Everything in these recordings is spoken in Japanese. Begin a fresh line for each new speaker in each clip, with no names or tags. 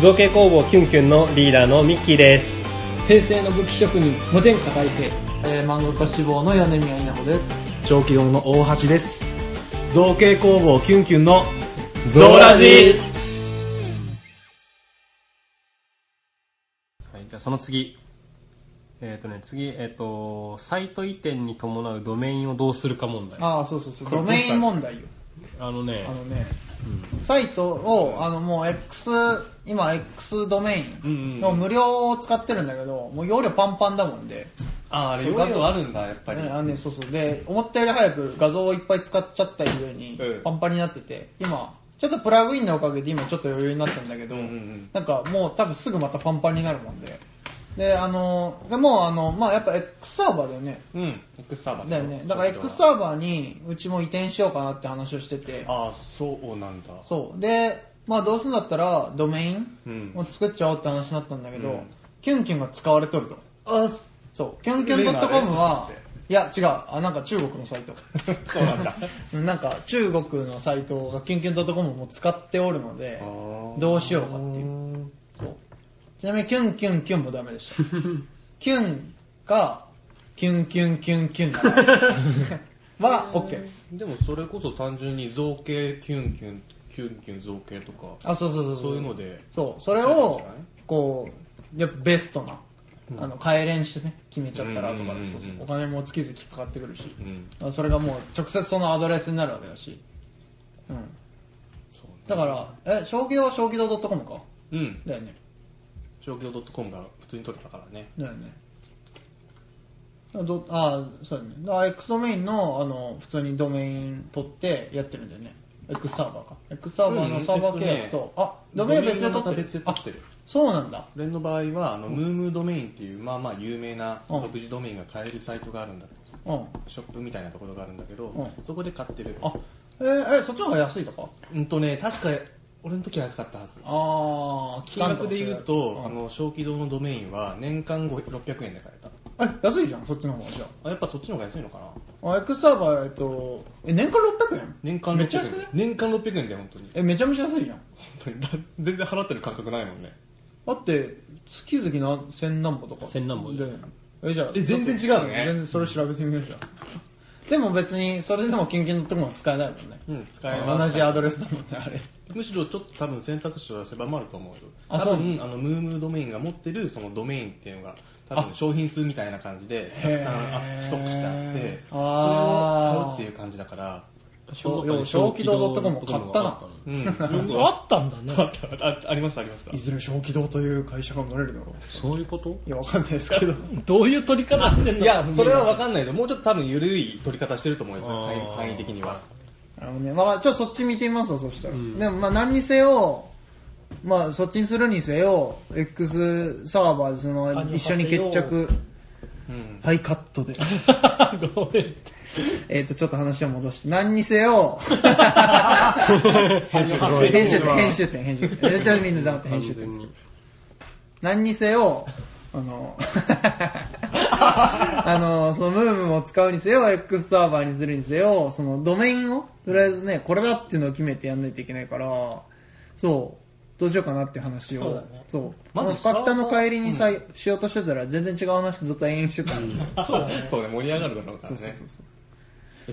造形工房キュンキュンのリーダーのミッキーです
平成の武器職人無添加大平
えー、漫画家志望の米宮稲穂です。
長期用の大橋です造形工房キュンキュンのゾーラジ
はいじゃあその次えっ、とね次えっ、とサイト移転に伴うドメインをどうするか問題あ
ああ、そうそうそう。ドメイン問題よ。
のね
あのね、サイトを、あのもう X、今 X ドメイ
うんうん
ンの無料を使ってるんだけど、もう容量パンパンだもんで。
あーあれ画像あるんだやっぱり
ねあのね、そうそう。で、思ったより早く画像をいっぱい使っちゃったゆえに
うん、
パンパンになってて、今、ちょっとプラグインのおかげで今ちょっと余裕になったんだけど、
うんうんうん
なんかもう多分すぐまたパンパンになるもんで。で、あの、でもうあの、まあやっぱ X サーバーだよね。
うん、X サーバー
だよね。だから X サーバーにうちも移転しようかなって話をしてて、
ああそうなんだ
そう。で、まあどうするんだったらドメイ
う
ン
ん
を作っちゃおうって話になったんだけど、
うん
キュンキュンが使われとると。
あす
そう、キュンキュンドットコムは、いや、違う、あ、なんか中国のサイト。
そうなんだ
うんなんか中国のサイトがキュンキュンドットコムも使っておるので、どうしようかっていう。
う
そうちなみにキュンキュンキュンもダメで した。キュンか、キュンキュンキュンキュン だなは、OK です。
でもそれこそ単純に造形キュンキュンキュンキュン造形とか
あ、そうそうそう
そういうので
そう、それを、こう、やっぱベストな、あの、帰れんしてね、決めちゃったら後から、
うんうんうんうん
そうそうお金も月々かかってくるし、
うん
あそれがもう直接そのアドレスになるわけだし、うん。
そうね
だから、え、小規堂は小規堂 .com か。
うん
だよね。
商業 .com が普通に取れたからね
だよね。あどあそうだね。だから X ドメインの、あの、普通にドメイン取ってやってるんだよね。X サーバーか。X サーバーのサーバー契約と、
うんえっ
あ、ドメイン別で取ってる。
別で取ってる
そうなんだ。
俺の場合はあの、ムームードメインっていうまあまあ有名な
うん
独自ドメインが買えるサイトがあるんだけど、
うん。
ショップみたいなところがあるんだけど、
う
そこで買ってる
あ、えーえ、そっちの方が安いとか
うんとね確か俺の時は安かったはず
ああ、
金額で言うと、あ
うん
の小規堂のドメインは年間5 600円で買えた
え、安いじゃん、そっちの方が。じゃ
あやっぱそっちの方が安いのかな
あ。あ、X サーバー、えっと、え、年間600円
年間
めっち
600
ゃ
円
安くね
年間600円だよ本当に
え、めちゃめちゃ安いじゃん。
本当にだ全然払ってる感覚ないもんね
だって、月々な、千何歩とか。
千何歩
で。え、じゃあ。
え全然違うね
全然それ調べてみようじゃん。でも別に、それでもキンキンのとこも使えないもんね。
うん使えます
同じアドレスだもんね、あれ。
むしろちょっと多分選択肢は狭まると思うよ
あ
多
そう
分あのムームードメインが持ってるそのドメインっていうのが多分商品数みたいな感じで たくさん
へー
あストックしてあって
あー
それを買うっていう感じだから
小小規堂 .com 買ったな
うんあ
あったんだね
あありましたありました
いずれ小気道という会社が生まれるだろう。
そういうこと
いや、わかんないですけど。
どういう取り方してんの
いやそれは分かんないけどもうちょっと多分緩い取り方してると思うんですよ範囲範囲的には
あのね、まあ、ちょっとそっち見てみますわ、そしたら。でも、まあ、何にせよ、まあ、そっちにするにせよ、X サーバーでそ
あ
の、一緒に決着、
うん
はい、カットで。
ごめん
えっと、ちょっと話を戻して、何にせよ、編集点、編集点、編集点。えちょっとみんな黙って編集点つけて。何にせよ、あの、 あの、そのムームを使うにせよ、X サーバーにするにせよ、そのドメインを、とりあえずね、これだっていうのを決めてやんないといけないから、そう、どうしようかなって話を。そう,、
まず
深北の帰りにさ、しようとしてたら、全然違う話ずっと延々してた、
そうそうね盛り上がるだろうから
そうそ
ね
うそうそう。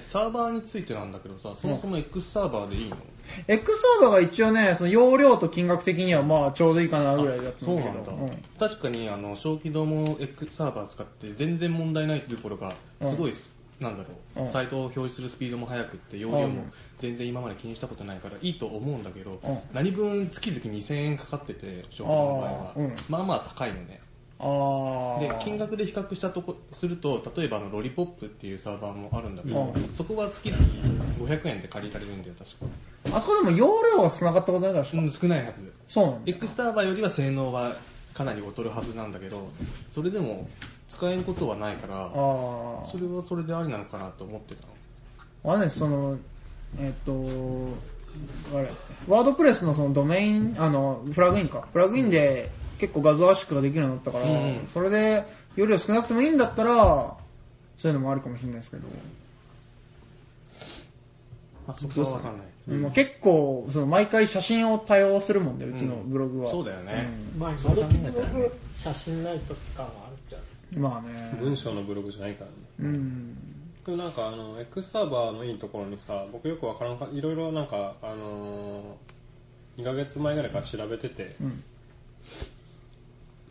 サーバーについてなんだけどさそもそも X サーバーでいいの
X サーバーが一応ね、その容量と金額的にはまあちょうどいいかなぐらいだった
そ
ん
う
だ
な
け
んだ、
ど。
確かにあの小規模も X サーバー使って全然問題ないっていうところがすごいす、なんだろう、
うん
サイトを表示するスピードも速くって容量
うん
も全然今まで気にしたことないからいいと思うんだけど、
うん
何分月々2000円かかってて小規模の場合は、
あーうん
まあまあ高いのね
あ
で
ー。
金額で比較したとこすると例えばあのロリポップっていうサーバーもあるんだけど、
うん
そこは月々500円で借りられるんだよ確か、
あそこでも容量は少なかったことない確か、
うん、少ないはず
そうなんだ。
X サーバーよりは性能はかなり劣るはずなんだけどそれでも使えることはないから
あ
それはそれでありなのかなと思ってたの
あ。あれね、その、えっと、あれ、ワードプレスのそのドメイン、あの、プラグインか。プラグインで結構画像圧縮ができるようになったから、
うんうん
それで容量少なくてもいいんだったら、そういうのもあるかもしれないですけど。
あそこはわかんない
まあ結構その毎回写真を多用するもんでうちの
うん
ブログは、
そうだよね
まあ、
そう考
丸
えたら
ピ
ね
ンの分写真ないと感はあるけど。
うんまあね
文章のブログじゃないからね
うん
でもなんかあの X サーバーのいいところにさ僕よくわからんかいろいろなんかあのー、2ヶ月前ぐらいから調べてて
うん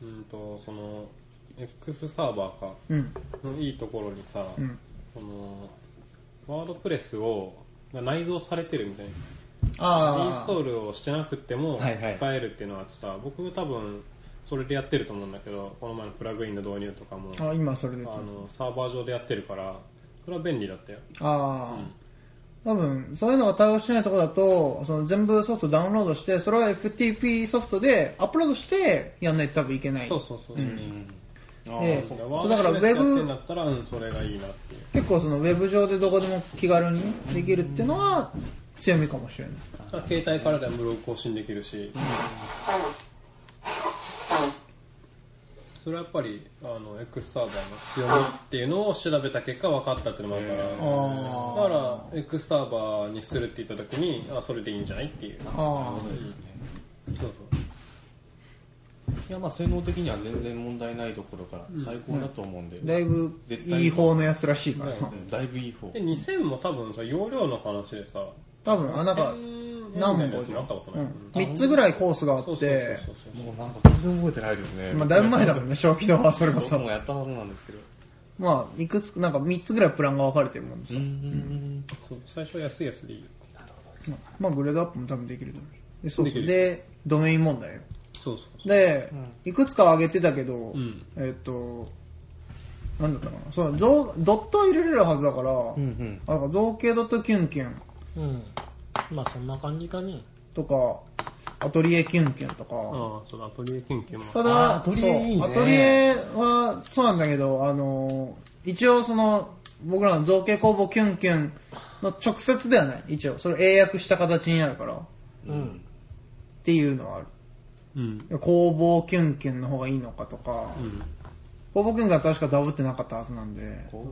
うんとその X サーバーか
うん
のいいところにさ、
うん
そのワードプレスをが内蔵されてるみたいなイン
あ
ス
あ
トールをしてなくても
はいはい
使えるっていうのはさ、僕多分それでやってると思うんだけどこの前のプラグインの導入とかも
あ今それで
あ
あ
のサーバー上でやってるからそれは便利だったよ
あー、多分そういうのが対応してないところだとその全部ソフトダウンロードしてそれは FTP ソフトでアップロードしてやんないと多分いけない
そうそうそう、
うんあ
ええ
ーそう
ワ
そう
ー
だから
ドプレスやって
ウェ
ん
ブ
だったらうんそれがいいなっていう
結構そのウェブ上でどこでも気軽にできるっていうのは強みかもしれない
だから携帯からでもブログ更新できるし、それはやっぱりあの X サーバーの強みっていうのを調べた結果分かったっていうのもあるから、
あ
だから X サーバーにするって言った時にあそれでいいんじゃないっていう
ああ
そうですね
そう
いやまあ性能的には全然問題ないどころか最高だと思うんで、
あだいぶ
絶対
いい方のやつらしいからな
うんだいぶいい方
そうで2000も多分さ容量の話でさ
多分あなんか何本
か
か
あったことない、うん
3つぐらいコースがあ
そう
っ
そうそう
て
そう
もうなんか全然覚えてないですね
まあだいぶ前だもんね正気のはそれこ
僕
そ
もやったはずなんですけど
まあいくつかなんか3つぐらいプランが分かれてるもんですよ
うん
そう最初は安いやつでいいよ
まあグレードアップも多分できると思うでそう
でき
そう
る
でドメイン問題よ
そうそう
で、いくつか上げてたけど、
ん
えっとなんだったかなそう造ドットは入れれるはずだから、
ん
なんか造形ドットキュンキュン
うん。まあ、そんな感じかね。
とかアトリエキュンキュンとか、
ああそうだアトリエ研究も
た
あー
だ
アトリエいいね
そうアトリエはそうなんだけどあのー一応その僕らの造形工房キュンキュンの直接ではない一応それ英訳した形になるからっ
うん。
ていうのはある
うん
工房キュンキュンの方がいいのかとか、工房キュンキュンは確かダブってなかったはずなんで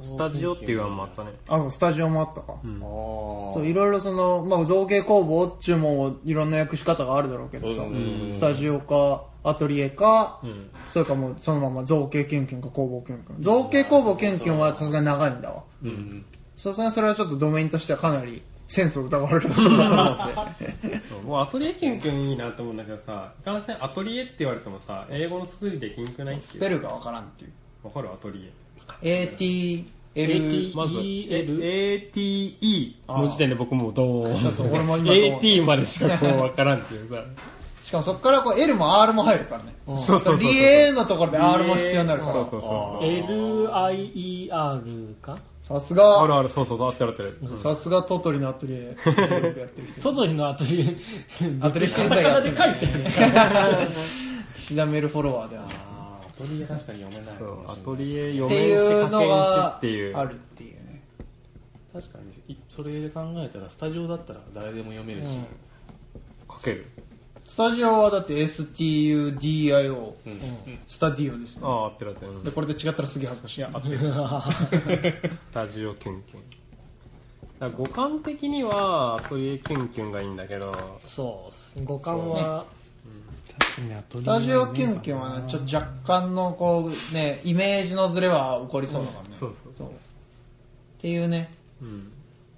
スタジオっていう案もあったね
あのスタジオもあったか、
ん
あ
そういろいろその、まあ、造形工房っちゅうもんをいろんな訳し方があるだろうけどさ、
うん
スタジオかアトリエか、
ん
それかもうそのまま造形キュンキュンか工房キュンキュン造形工房キュンキュンはさすがに長いんだわ
あうん
さすがにそれはちょっとドメインとしてはかなりセンスを疑われるところだ と思って
そうもうアトリエ研究いいなと思うんだけどさいかんせんアトリエって言われてもさ英語の綴りできんくないって
ス
いう
ペルがわからんっていう
わかるアトリエ
ATL
まず
EL
ATE の時点で僕もうドーン
そう俺も今ドーン
AT までしかこうわからんっていうさ
しかもそこからこう L も R も入るからね、
そうそうそうそう
DA のところで R も必要になるか
そう
ら
そうそうそう
LIER か
さす
ある
が
あるそうそうそうあってるあってる
さすがトトリのアトリエよくやってる人
トトリのアトリエ、
アトリエ
カ
新
タ
材
カ
や
ナ
って
で
る
書いてるね。
シダメルフォロワーでは
あーアトリエ確かに読めない
そ
か
う
も
ア
しれ
ト
ない
リエ読
って
名詞
いう
派
の
遣詞
は
っていう
あるっていうね
確かにいそれで考えたらスタジオだったら誰でも読めるし、
かける
スタジオはだって STUDIO、
ん
スタディオですね
ああ合ってる合ってるうん
でこれで違ったらすげえ恥ずかしい
合ってるスタジオキュンキュンだから五感的にはアトリエキュンキュンがいいんだけど
そうっす。五感は、
スタジオキュンキュンはねちょっと若干のこうねイメージのズレは起こりそうだからね、
そうそう
そうっていうね
うん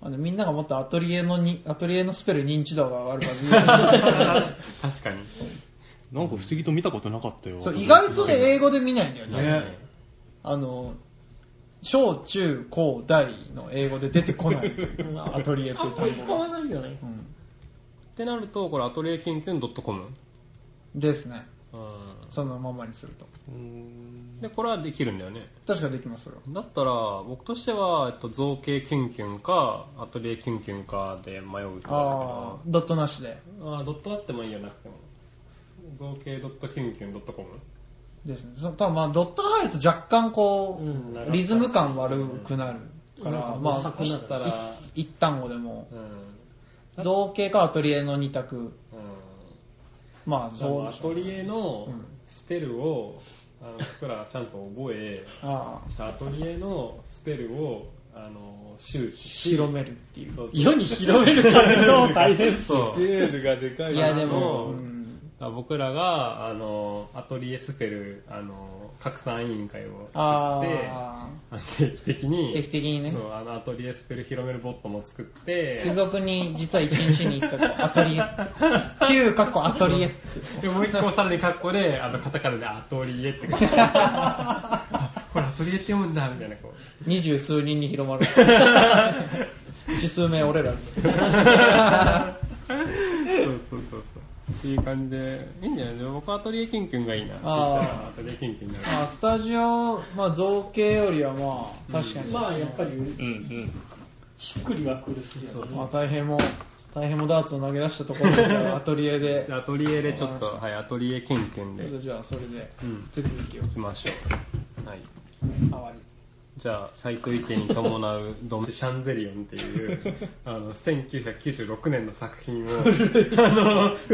あのみんながもっとアトリエのにアトリエのスペル認知度が上がるからね
確かに
なんか不思議と見たことなかったよ
そう意外とね英語で見ないんだよね
ね
あの小中高大の英語で出てこないという
うん
アトリエって
あ
いうん
まり
単
使
語が
わないよね。
ってなるとこれアトリエキュンキュン .com
ですね
う
そのままにすると
んでこれはできるんだよね
確かできますそれは
だったら僕としては、えっと、造形キュンキュンかアトリエキュンキュンかで迷うとこ
ああ
ろ
ドットなしで
だけどああドットあってもいいよなくても造形ドットキュンキュン .com
ですねその多分まあドットが入ると若干こう、
うん
リズム感悪くなるから、
うん
ま
なん
あ
かうるさく
なる
一一単語でも
うん
造形かアトリエの二択
うん
まあ
そ
そう
うアトリエのスペルを、あの僕らちゃんと覚え
あ
そしてアトリエのスペルをあの周知し
広めるっていう
そうそう
世に広める活動大変っす
スケールがでかい
いやで
う
も、うんん、
だから僕らがあのアトリエスペルあの拡散委員会を
あ
作って
あ
あの定期的に
定期的にね
そうあのアトリエスペル広めるボットも作って
付属に実は一日に1個アト リエ9かっこアトリエって
でもう一個さらにカッコであのカタカナで「アトリエ」って書いてあこれアトリエって読むんだみたいなこう
二十数人に広まる 十数名俺らです
そうそうそうそうっていう感じでいいんじゃない僕はアトリエキュンキュンがいいな
あー
アトリエキュンキュンになる
まあスタジオ、まあ、造形よりはまあ確かに、
まあやっぱり
うんうん
しっくりはくるっすよね
まあ大変も大変もダーツを投げ出したところでアトリエで
でアトリエでちょっとはいアトリエキュンキュンで
じゃあそれで
うん
手続きを
いきましょうはい
代わり
じゃあサイト移転に伴うドンシャンゼリオンっていうあの1996年の作品をあの2人で見て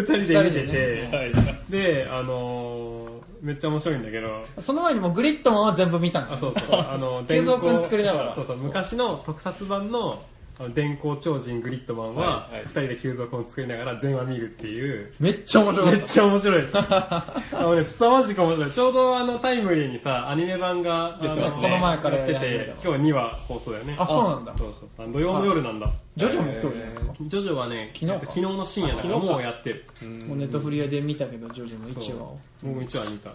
二人
て
でね
であのめっちゃ面白いんだけど
その前にもうグリッドマンは全部見たんです
あ
よ
そうそうあ の
継続君作りながら
そうそう昔の特撮版のあの電光超人グリッドマンは
はいはい
2人で急蔵君を作りながら全話見るっていう
めっちゃ面白 か
め
っ
っちゃ面白いですあのね凄まじく面白いちょうどあのタイムリーにさアニメ版があの
出てますねこの前から
や
や
って
り始めた
て今日2話放送だよね
たあそうなんだ
そうそうそう土曜の夜なんだ
ジョジョも今日じゃないですか、
ジョジョはね
昨日か
えっと昨日の深夜だから
あ昨日か
もうやってる
もうネットフリアで見たけどジョジョの1話を
僕も1話見た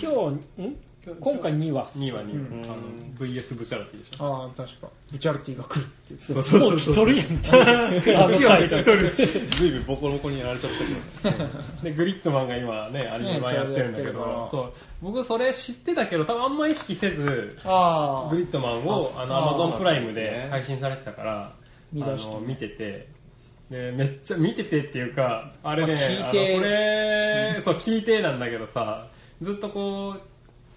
今日ん今回2話
2話にあの VS ブチャラティでしょ
ああ確かブチャルティが来るって言って
そうそうそう
もう来とるやんあの
1話
回
見とるし
ずいぶんボコボコにやられちゃったけど
でグリッドマンが今ねアニメ版やってるんだけ
ねそれやってるか
ど
ら
そう僕それ知ってたけど多分あんま意識せず
ああ
グリッドマンをあのア
あ
マゾンプライム
そうなんです
で
ね
配信されてたから
見
あ
出してね
の見ててでめっちゃ見ててっていうかあれね
あ
あ
聞い
の
て
これそう聞いてなんだけどさずっとこう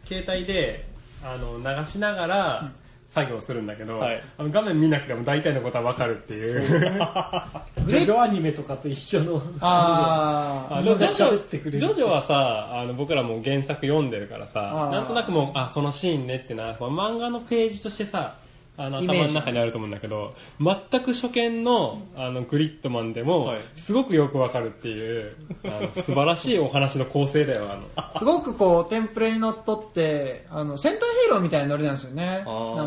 携帯であの流しながら作業するんだけど、
はい
あの画面見なくても大体のことは分かるっていう
グ
ジ
リ
ョ
ッ
ジ
ド
ョアニメとかと一緒 の
ああ
あ
みんな
ジョ
喋ってくれる
ジョジョはさあの僕らもう原作読んでるからさ
あー
なんとなくもうあこのシーンねってなまあ漫画のページとしてさあの
イメージ
頭の中にあると思うんだけど全く初見のあのグリッドマンでも、
はい
すごくよくわかるっていうあの素晴らしいお話の構成だよあの
すごくこうテンプレにのっとってあの戦隊ヒーローみたいなノリなんですよねなんか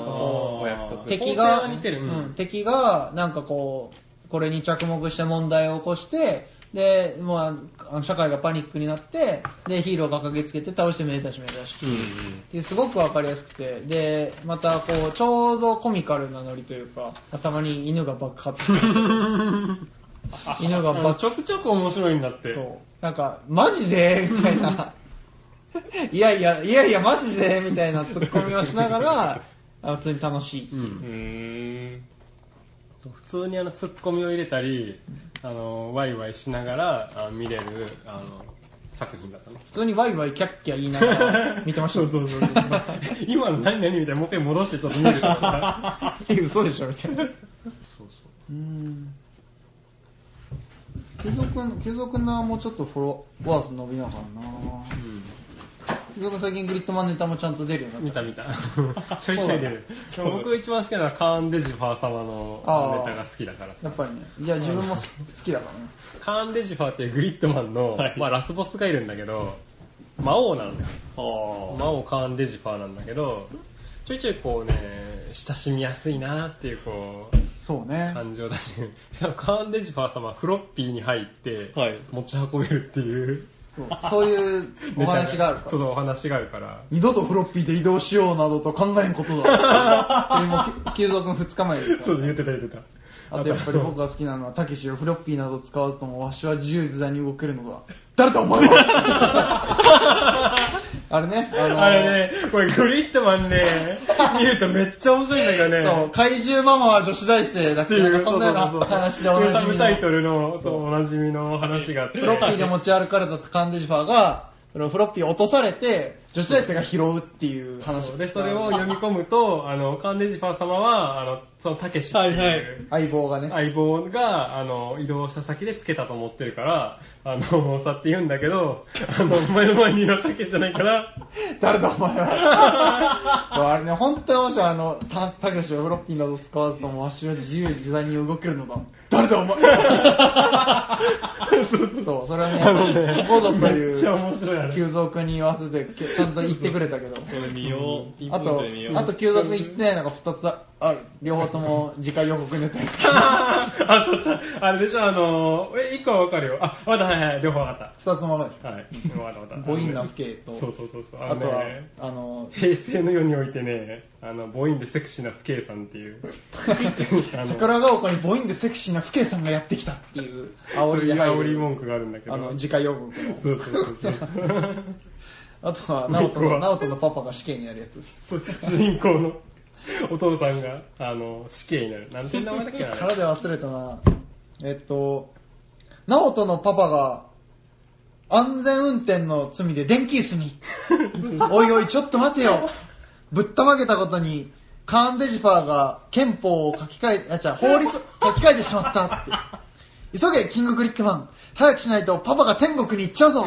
こ
お約束
う
構
敵
成
が
は似てる、うん
うん敵がなんかこうこれに着目して問題を起こしてで、まああの、社会がパニックになってでヒーローが駆けつけて倒してめでたしめでたし
うんうん
ですごくわかりやすくてでまたこうちょうどコミカルなノリというか頭に犬が爆 発して犬が
あの
爆
ちょくちょく面白いんだって
そうなんかマジでみたいな いやいやいやいやマジでみたいなツッコミをしながらあ普通に楽しい、
うん
うーん
普通にあのツッコミを入れたりあのワイワイしながらあ見れるあの作品だったね
普通にワイワイキャッキャ言いながら見てました
そうそうそう今の何何みたいなもう一回戻してちょっと見る
え嘘でしょみたいな
そうそう
うん継続君継続君はもうちょっとフォロワー数伸びなあかんな継続君最近グリッドマンネタもちゃんと出るようにな
見
った
た見たちょいちょい出るでも僕一番好きなのはカーン・デジファー様の
あー
ネタが好きだからさ
やっぱりねいや自分も好きだからね
カーン・デジファーっていうグリッドマンの、まあ、ラスボスがいるんだけど魔王なんだよ
あ
魔王カーン・デジファーなんだけどちょいちょいこうね親しみやすいなっていうこう
そうね
感情だししかもカーン・デジファー様はフロッピーに入って
あはい
持ち運べるっていう
そうそういうお話があるから
そうそうお話があるから
二度とフロッピーで移動しようなどと考えんこと だ。でも、急増君二日前言った
そう言ってた言ってた
あとやっぱり僕が好きなのは、たけしよフロッピーなど使わずとも、わしは自由自在に動けるのだ。誰だお前は あれね、あの
あれね、これグリッドマン ね、見るとめっちゃ面白いんだけどね。
そう、怪獣ママは女子大生だっ
って
け
い
なん
う
かそんなような話でおな
サ
じ
ブ
み
タ
の
イトルの、そう、おなじみの話があって。
フロッピーで持ち歩かれたカンデジファーが、フロッピーを落とされて、女子大生が拾うっていう話。
で、それを読み込むと、あの、カンデジファー様は、あの、そのたけしっていう、
はいはい
相棒がね。
相棒があの移動した先でつけたと思ってるからあのさって言うんだけどあのお前の前にいるのはたけしじゃないから
誰だお前は。そうあれね、本当にもしあの、た、たけしをフロッピーなど使わずとも足を自由自在に動けるのだ。誰だお前そう、それはね、ここぞと
めっち
い
ゃ
う、
面白いあれ
急蔵君に言わせて、けちゃんと言ってくれたけど。
それ見よう。ピンポ
あ
イント
と
で見よ、
あと、急続行ってないのが2つある。両方とも次回予告ネタですけど。
あとったあれでしょあのえ一個はわかるよあわかったはいはい両方わかっ
2つとも分か
たはいわかったわか
る。
った
ボインな不景と、
そうそうそうそうあ
あ
の
とは
ね、
あの、
平成の世においてねあの母音でセクシーな不敬さんって いうあの
桜ヶ丘にボインでセクシーな不景さんがやってきたっていう煽りで
煽
入
り
る。
文句があるんだけど
あの、次回予告 の。
そうそうそうそう
あとは、ナオト
もう一個は
の、ナオトのパパが死刑になるやつです。
そう主人公のお父さんがあの死刑になるなんて名前だっけなあ
からで忘れたな。えっと、ナオトのパパが、安全運転の罪で電気椅子に。おいおい、ちょっと待てよ。ぶったまげたことに、カーン・デジファーが憲法を書き換え、あ、じゃ法律を書き換えてしまったって。急げ、キング・グリットマン。早くしないとパパが天国に行っちゃうぞ。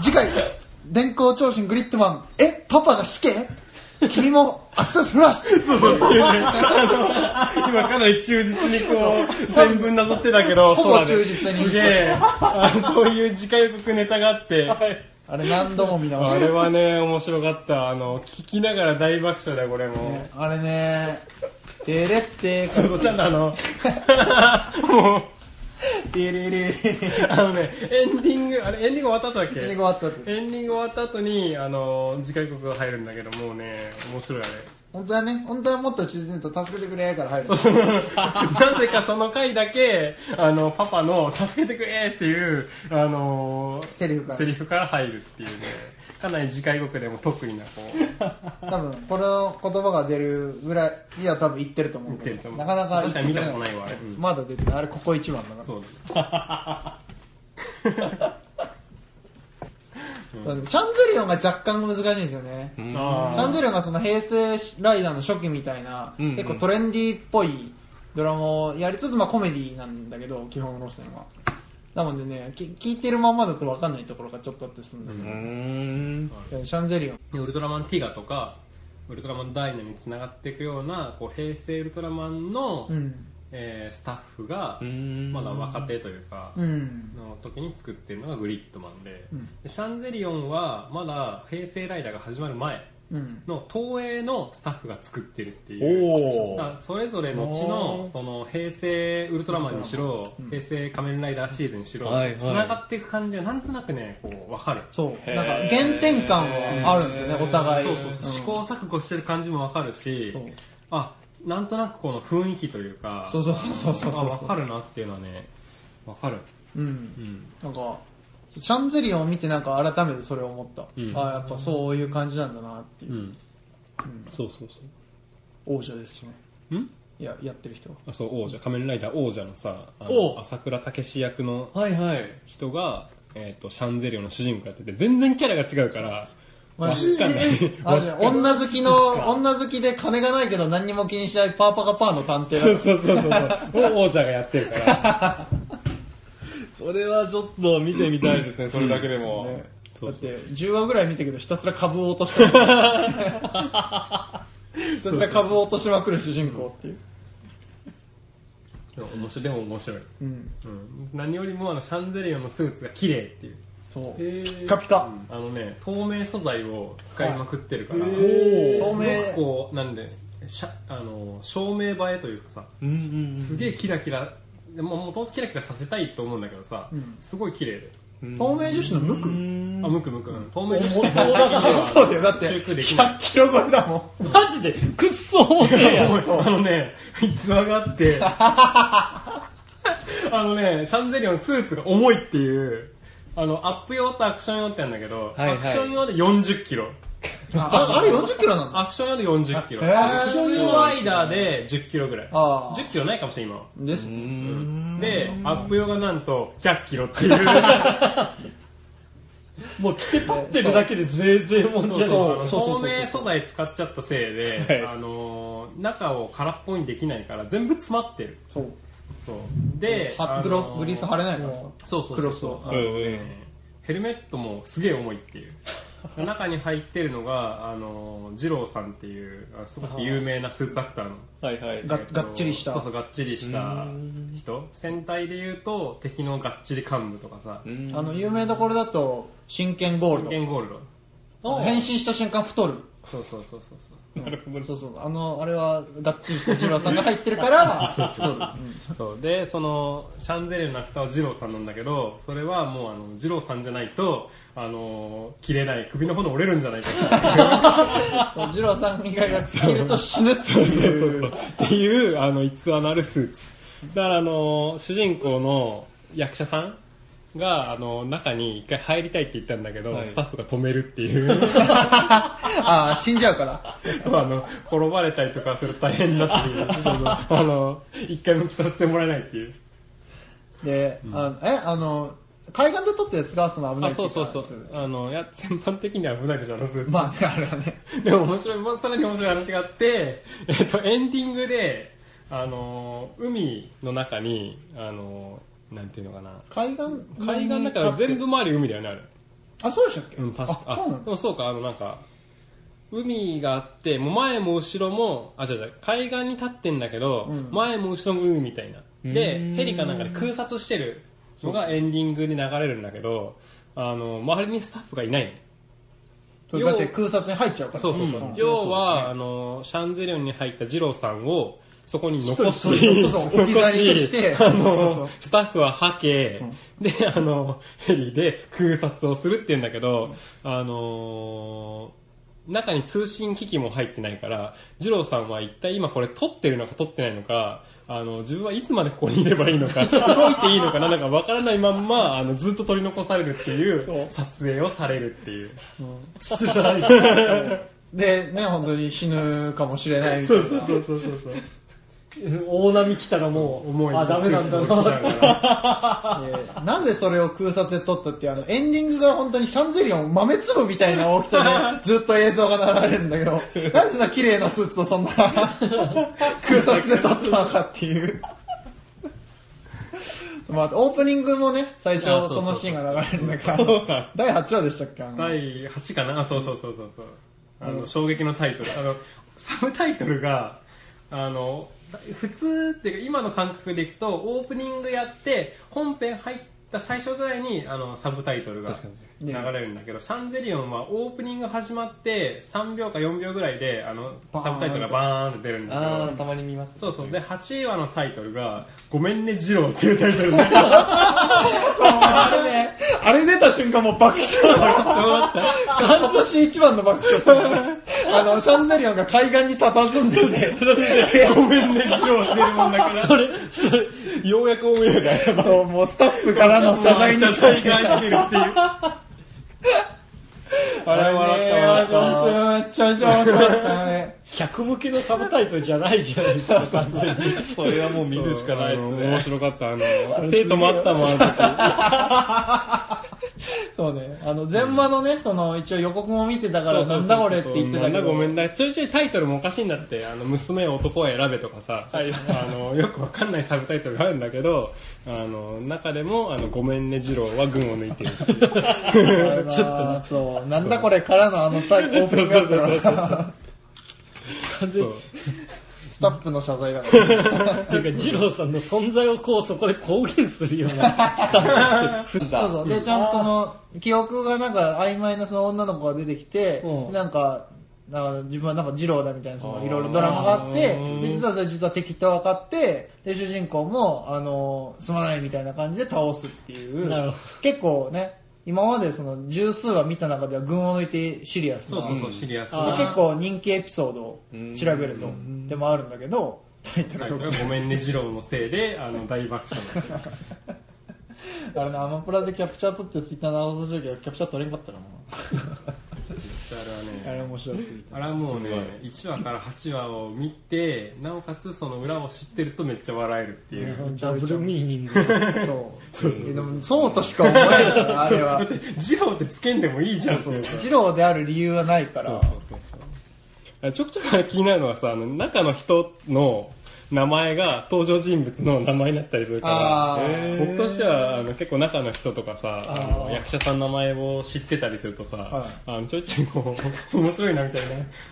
次回、電光超新グリットマン。え、パパが死刑君もアクセスフラッシュ
れ今かなり忠実にこう全文なぞってたけど
ほ
そ
ぼ
うだね
忠実に
すげえあそういう次回予告ネタがあって
あれ何度も見直し
あ
た
れはね面白かったあの聞きながら大爆笑だよこれも
あれねテレって
そうそうちゃんとあの もう
テレレレ
あのねエンディングあれエンディング終わった後だっけ
エンディング終わった後です
エンディング終わった後にあの次回予告が入るんだけどもうね面白いあ れ
本当はね本当はもっと忠実にと助けてくれから入る
そのなぜかその回だけあのパパの「助けてくれ」っていうあの
セリフから
セリフから入るっていうねかなり次回予告でも得意なこう
多分この言葉が出るぐらいには多分言ってると思う
言って
け
ると
ど
思う
なかなか
確かに見たことないわあれ
まだ出てないあれここ一番だか
そう
ら、シャンゼリオンが若干難しいんですよね、
う
だ、
ん
あ
シ
ー
ャンゼリオンがその平成ライダーの初期みたいな、
うんうん
結構トレンディーっぽいドラマをやりつつ、まあ、コメディーなんだけど基本路線はなのでねき聞いてるまんまだと分かんないところがちょっとあってすんだ
う
け
ーん。
ど、シャンゼリオン
ウルトラマンティガとかウルトラマンダイナにつながっていくようなこう平成ウルトラマンの、
うん
えースタッフが
うーん
まだ若手というか、
うん
の時に作ってるのがグリッドマンで,、
うん
でシャンゼリオンはまだ平成ライダーが始まる前
うん
の東映のスタッフが作ってるっていう
お
だか
ー。
らそれぞれ後
お
の
ー
その平成ウルトラマンにしろ、
うん
平成仮面ライダーシリーズにしろ、
はいはい
つながっていく感じがなんとなくねこう分かる
そう
へー
なんか原点感はあるんですよねお互い
そうそうそう試行錯誤してる感じも分かるし、
そう
あなんとなくこの雰囲気というか
そうそうそうそうそう
あ分かるなっていうのはね分かる、
うん
うん、
なんかシャンゼリオンを見てなんか改めてそれを思った、
うん
ああやっぱそういう感じなんだなっていうう、
んそうそうそ
王者ですしね
う。ん
いややってる人は
あそう王者仮面ライダー王者のさあ
お
の朝倉武史役の
はいはい。
人が、えー、とシャンゼリオの主人公やってて全然キャラが違うから
マジ
分かんない
あじゃあ女好きの、女好きで金がないけど何にも気にしないパーパカパーの探偵
そうそ
だ。
うそうそうそうを王者がやってる から
それはちょっと見てみたいですね、それだけでも。
ね
そ
だ
う
っ
そう
て10話ぐらい見たけどひたすら株を落 としてますひたすら株を落としまくる主人公っていう。
でも面白いでも面白い、
うん。
うん、何よりもあのシャンゼリオのスーツが綺麗っていう
そう。
へー
ピッカピカ。
あのね透明素材を使いまくってるから、す
ー
ご
透明
くこうなんでしゃあの照明映えというかさ
うんうんうん。
すげえキラキラでももともとキラキラさせたいと思うんだけどさ、
うん
すごい綺麗で
透明女子の無
う
垢
ん
あ、むくむく、ん、透明女子
重そうだな
そうだよ。だって
修復できない
100キロ超えだもん。
マジでくっそ重てえやん
あのね、逸話があって、 あのね、シャンゼリオンスーツが重いっていう、あの、アップ用とアクション用ってあるんだけど、
はいは
ア
い
クション用で40キロ。
ああれ40キロなんだ。
アクション用で40キロ。
えー
普通のライダーで10キロぐらい。
あー
10キロないかもしれん、今は。
です
う。ん。
で、アップ用がなんと100キロっていう。
もう着て立ってるだけで全然もんじゃ
そう
な
そ
い
う
そうそうそう
透明素材使っちゃったせいで、
は
あ
い
の中を空っぽにできないから全部詰まってる
そう
そうで
はブロスブリース貼れないからさ
そうそうそう
クロスを
あのね
うんうん
ヘルメットもすげえ重いっていう中に入ってるのがあの二郎さんっていうあすごく有名なスーツアクターの
はいはい。
が
えと
がっちりした
そうそうがっちりした
うん
人戦隊でいうと敵のがっちり幹部とかさ
うん
あの有名どころだと真剣ゴー
真
ル
剣ゴールド
ド変身した瞬間太る
そうそうそうそうそう
なるほど。
そうそうあのあれはがっちりしたジローさんが入ってるから 太る、うん
そうでそのシャンゼリアのアクターは二郎さんなんだけどそれはもうあの二郎さんじゃないとあの切れない首の骨折れるんじゃないかっていう
そうジローさん以外が着ると死ぬっていう
っていうあの逸話のあるスーツだからあの主人公の役者さんがあの中に一回入りたいって言ったんだけど、
はい
スタッフが止めるっていう
ああ死んじゃうから
そうあの転ばれたりとかすると大変だしそのあの一回も着させてもらえないっていう
で、あのえあの海岸で撮ったやつがその危ない
あ
って
そ
いううか
そうそうあのいや全般的には危ないでしょあのスーツ、
まあねあれはね
でも面白い、まあ、さらに面白い話があって、えっと、エンディングであの海の中にあのなんていうのかな
海岸
海岸だから全部周り海だよねあれ
あそうでしたっけ、
うん、確か
あそうなん
で
だ
もそうか、あの、なんか、海があって、もう前も後ろも、あ、違う違う、海岸に立ってんだけど、
うん
前も後ろも海みたいな。で、ヘリかなんかで空撮してるのがエンディングに流れるんだけど、あの、周りにスタッフがいないの。
そうだって空撮に入っちゃうから
そうそうそう。
ん
要は、あの、シャンゼリオンに入った二郎さんを、そこに残し、
一人そうそう置き去りにして
残
そうそう
あのスタッフははけ、で、あの、ヘリで空撮をするって言うんだけど、あのー中に通信機器も入ってないから、二郎さんは一体今これ撮ってるのか撮ってないのか、あの、自分はいつまでここにいればいいのか、動いていいのかな、なんかわからないまんま、あの、ずっと取り残されるっていう、撮影をされるっていう。
辛い。
でね本当に死ぬかもしれないみたい
そ
な
うそうそうそうそうそう。大波来たらもう、
思い
あ、ダメなんだな。
でなぜそれを空撮で撮ったっていうあのエンディングが本当にシャンゼリオン豆粒みたいな大きさ でずっと映像が流れるんだけどなんでそんな綺麗なスーツをそんな 空撮で撮ったのかっていうまあ、オープニングもね最
あそ
初
うそう
そのシーンが流れるんだけど第8話でしたっけあの
第8かなあそうそうそうそうそうあの衝撃のタイトルあのサブタイトルがあの普通っていうか今の感覚でいくとオープニングやって本編入った最初ぐらいにあのサブタイトルが流れるんだけど、シャンゼリオンはオープニング始まって3秒か4秒ぐらいであの
バーン
サブタイトルがバーンって出るんだけ
あー
ど
たまに見 ます。
そうそうで8話のタイトルが「ごめんねジロー」っていうタイトルで
あれねあれ出た瞬間もう爆笑今年一番の爆笑したあのシャンゼリオンが海岸に佇んでて
ごめんねジロー」って出るもんだから
それ、それ、ようやくオンエアが。
そうもうスタッフからの謝罪に
謝
しか
罪が入ってるっていう
あれ笑った笑った。
めっちゃめちゃ面白かったね。
客向けのサブタイトルじゃないじゃないですか、さすがに。
それはもう見るしかないです
あの
ね
面白かった。あの、デートもあったもん、あの時。
そうね。あの、全マのね、その、一応予告も見てたから、なんだこれって言ってた
なん
け
だ
ど。
ごめんな。ちょいちょいタイトルもおかしいんだって、あの、娘を男を選べとかさ、あの、よくわかんないサブタイトルがあるんだけど、あの、中でも、あの、ごめんね、二郎は群を抜いてる。
ちょっと。そう。なんだこれからのあのタイオープニングだったから、
完全
そ
に
う。
スタッフの謝罪だから。
っていうか、二郎さんの存在をこう、そこで公言するようなスタンスって
そ
踏ん
う
だ。
そう。で、ちゃんとその、記憶がなんか曖昧なその女の子が出てきて
う、ん
なんか、なんか自分はなんか二郎だみたいな、そのいろいろドラマがあって、で、実はそれ実は敵と分かって、で、主人公も、あの、すまないみたいな感じで倒すっていう。
なるほ
結構ね、今までその十数話見た中では群を抜いてシリアス
そ
な。
うそうそう、シリアス
あ
な
ー。
結構人気エピソードを調べると、でもあるんだけど、タイト
タイ
ル
トル
が
がごめんね、二郎のせいで、あの、大爆笑だった。
あれね、アマプラでキャプチャー撮ってツイッターの謎状況キャプチャー撮れんかったかな。
あ
あ
れは
れ
ね、
面白すぎて。
あれはもうね、1話から8話を見て、なおかつその裏を知ってるとめっちゃ笑えるっていう。
ど。ダブルミーニング。
そう。でもそうとしか思えないから、あれ
だっ
は。
て、二郎ってつけんでもいいじゃん、
そ
っ
う
てい。
二郎である理由はないから。
そうそうそうあちょくちょく気になるのはさ、あの、中の人の名前が登場人物の名前になったりする
あ
か
ー
ら、僕としては、あの、結構中の人とかさ、あの、役者さんの名前を知ってたりすると
は
さ、あの、ちょいちょいこう、面白いなみたい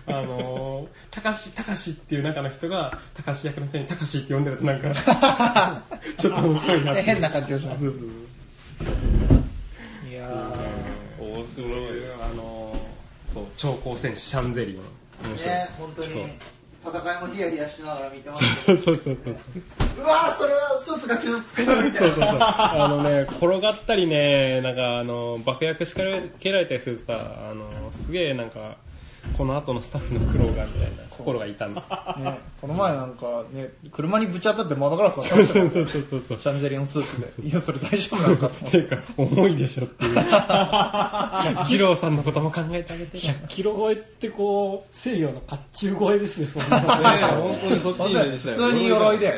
な、あの、たかし、たかしっていう中の人が、たかし役の人にたかしって呼んでるとなんか、 ちょっと面白いなって。
変な感じがします
そうそうそう
いやー
面白いあのそう超高戦士シャンゼリオン面白い、
ね本当に
そう
戦いもヒヤヒヤしながら見てます
そうそうそうそう
うわーそれはスーツが傷つくみた
そう
い
そうそう あのね転がったりねなんかあの爆薬仕掛けられたりするとさあのすげえなんかこの後のスタッフの苦労がみたいな心が痛む
な、ね、この前なんかね車にぶち当たって窓ガラス当たってたか
そ
ら
うそうそうそう
シャンゼリオンスーツでいやそれ大丈夫なのかと思っ
って
て
いうか重いでしょ っていう二郎さんのことも考えてあげてよ
100キロ超えってこう西洋の甲冑超えですよそんなの
本当にそっちに入れてきたよ
普通に鎧で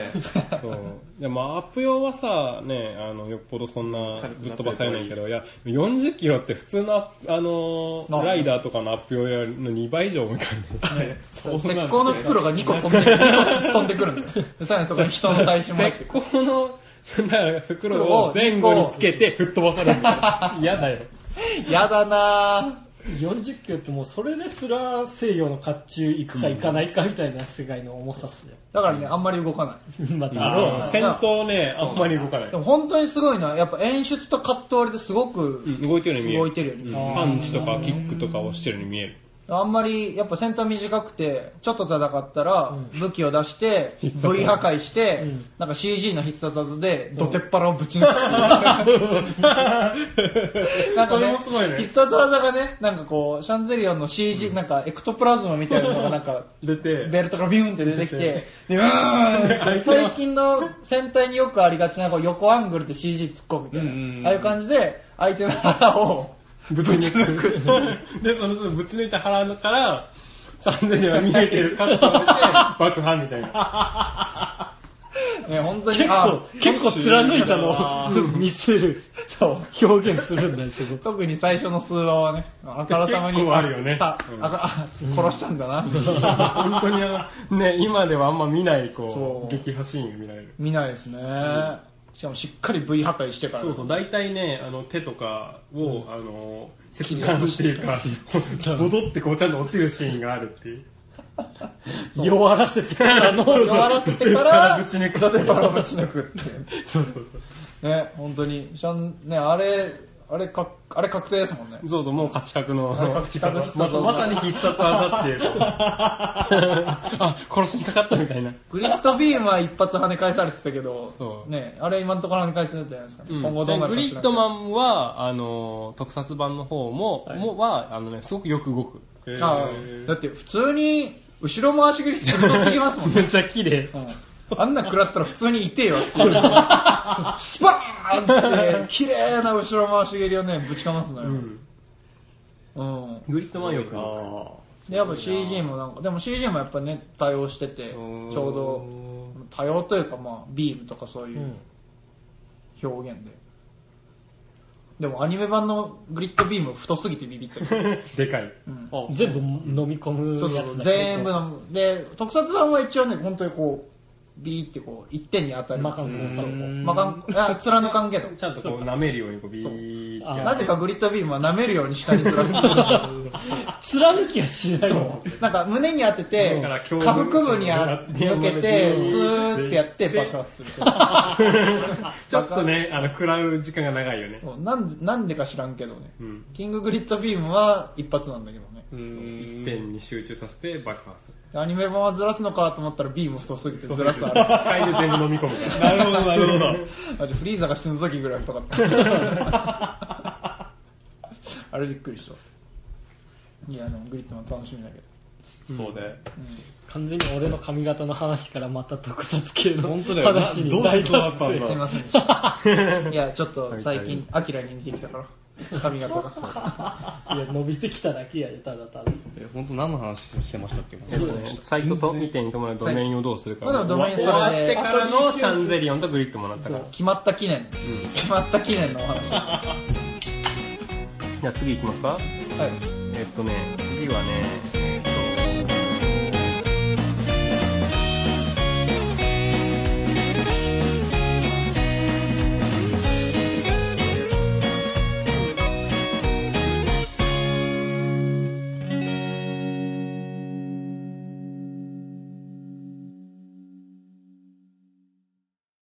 そうでもアップ用はさ、ね、あのよっぽどそんな
軽く
ぶっ
なって
飛ばされないけどいや40キロって普通のアップ、あの
な
ーライダーとかのアップ用よりの2倍以上重いからね
石膏の袋が2個飛んでくる2個すっ飛んでくるんだよでさらにそこに人の体重も入って
石
くる
膏の だから袋を前後につけて吹っ飛ばされるんだよ嫌だよ
やだな
40キロってもうそれですら西洋の甲冑行くか行かないかみたいな世界の重さっすよ、
ーだからねあんまり動かない
また
あの戦闘ねあんまり動かない
でも本当にすごいのはやっぱ演出とカット割りですごく、
うん動いてるように見える
動いてるように見える
うんパンチとかキックとかをしてるように見える
あんまりやっぱ先端短くてちょっと戦ったら武器を出 して
必殺技
V 破壊して
ん
なんか CG の必殺技でドテッパラをぶち抜く なんか
それ
ね
もすごいね
必殺技がねなんかこうシャンゼリオンの CG なんかエクトプラズムみたいなのがな んか
出て
ベルトからビューンって出てきて、で、うーん最近の戦隊によくありがちな、こう横アングルで CG 突っ込むみたいな、
うんうんうん
ああいう感じで、相手の腹を、
ぶち抜くでそのそのぶち抜いた腹から3000には見えてるカットを見て爆破みたいな
ね、本当に、
結
あ
構結構貫いたのを 見せる
そう
表現するんだよすごく
特に最初の数話はね、あからさまに、
結構あるよね
たあかあ殺したんだな、
本当にあのね今ではあんま見ないこ
そう
う激破シーンが見られる
見ないですね。しかもしっかり V 破壊してから。
そうそう大体ねあの手とかを、あの切断していうか戻ってこうちゃんと落ちるシーンがあるっていう
弱らせてからの
弱らせてか
から
ら、
ぶち抜く
ドテッパラをぶち抜くっていう。
そうそうそう
ね、本当に、シャン、ね、あれ、あれか、あれ確定ですもんね。
そうそうもう勝ち確の
あ勝ち確必殺
まさまさに必殺技っていう あ殺しにかかったみたいな
グリッドビームは一発跳ね返されてたけど
そう
ね、あれ今のところ跳ね返すんじゃないですか、ね
うん
今後どうなる
でグ
か
リ
知
ッ
らんけ
ド
ど
マンはあの特撮版の方も,、もはあの、ね、すごくよく動く
ああだって普通に後ろ回し蹴り鋭すぎますも んね、
めっちゃ綺麗
うんあんな食らったら普通に痛えよって いうスパーンって綺麗な後ろ回し蹴りをねぶちかますのよ、うん
グリッドマンよく動く
あ
でやっぱ CG もなんかでも CG もやっぱね対応しててちょ
ー
うど多様というかまあビームとかそういう表現で、でもアニメ版のグリッドビーム太すぎてビビったけど
でかい
全部飲み込
そう
む
そ
や
う
つだ
全部ので特撮版は一応ね本当にこうビーってこう一点に当たる
マカンコさん
まかんあ貫かんけど
ちゃんとこう舐めるようにこうビーってや
な
る
ぜかグリッドビームは舐めるように下にずらす
貫きはしないの
なんか胸に当てて
だから胸部
下腹部にあ向けて
胸部に
スーってやって爆発する
ちょっとねあの食らう時間が長いよね
そうなんなんでか知らんけどね、
ん
キンググリッドビームは一発なんだけどね、
ーうーん
点に集中させて爆破する
アニメ版はずらすのかと思ったらビーム太すぎてずらすあれ
一回で全部飲み込むから
なるほどなるほど
あじゃあフリーザが死ぬ時ぐらい太かったあれびっくりしたいやでもグリッドマン楽しみだけど
そうね
完全に俺の髪型の話からまた特撮系の
本当だよ
話に大
どうして
脱
そうなったんだ
線
すいませんでした いやちょっと最近アキラに似てきたから髪型が
いや伸びてきただけやでただただ
え本当何の話してましたっけ
そうですね
サイトと2点に伴うドメインをどうするか
まあでもドメインそれ
終
で
わってからのシャンゼリオンとグリッドもなったから
決まった記念、決まった記念のお話は
じゃあ次いきますか
い
えっとね次はねえ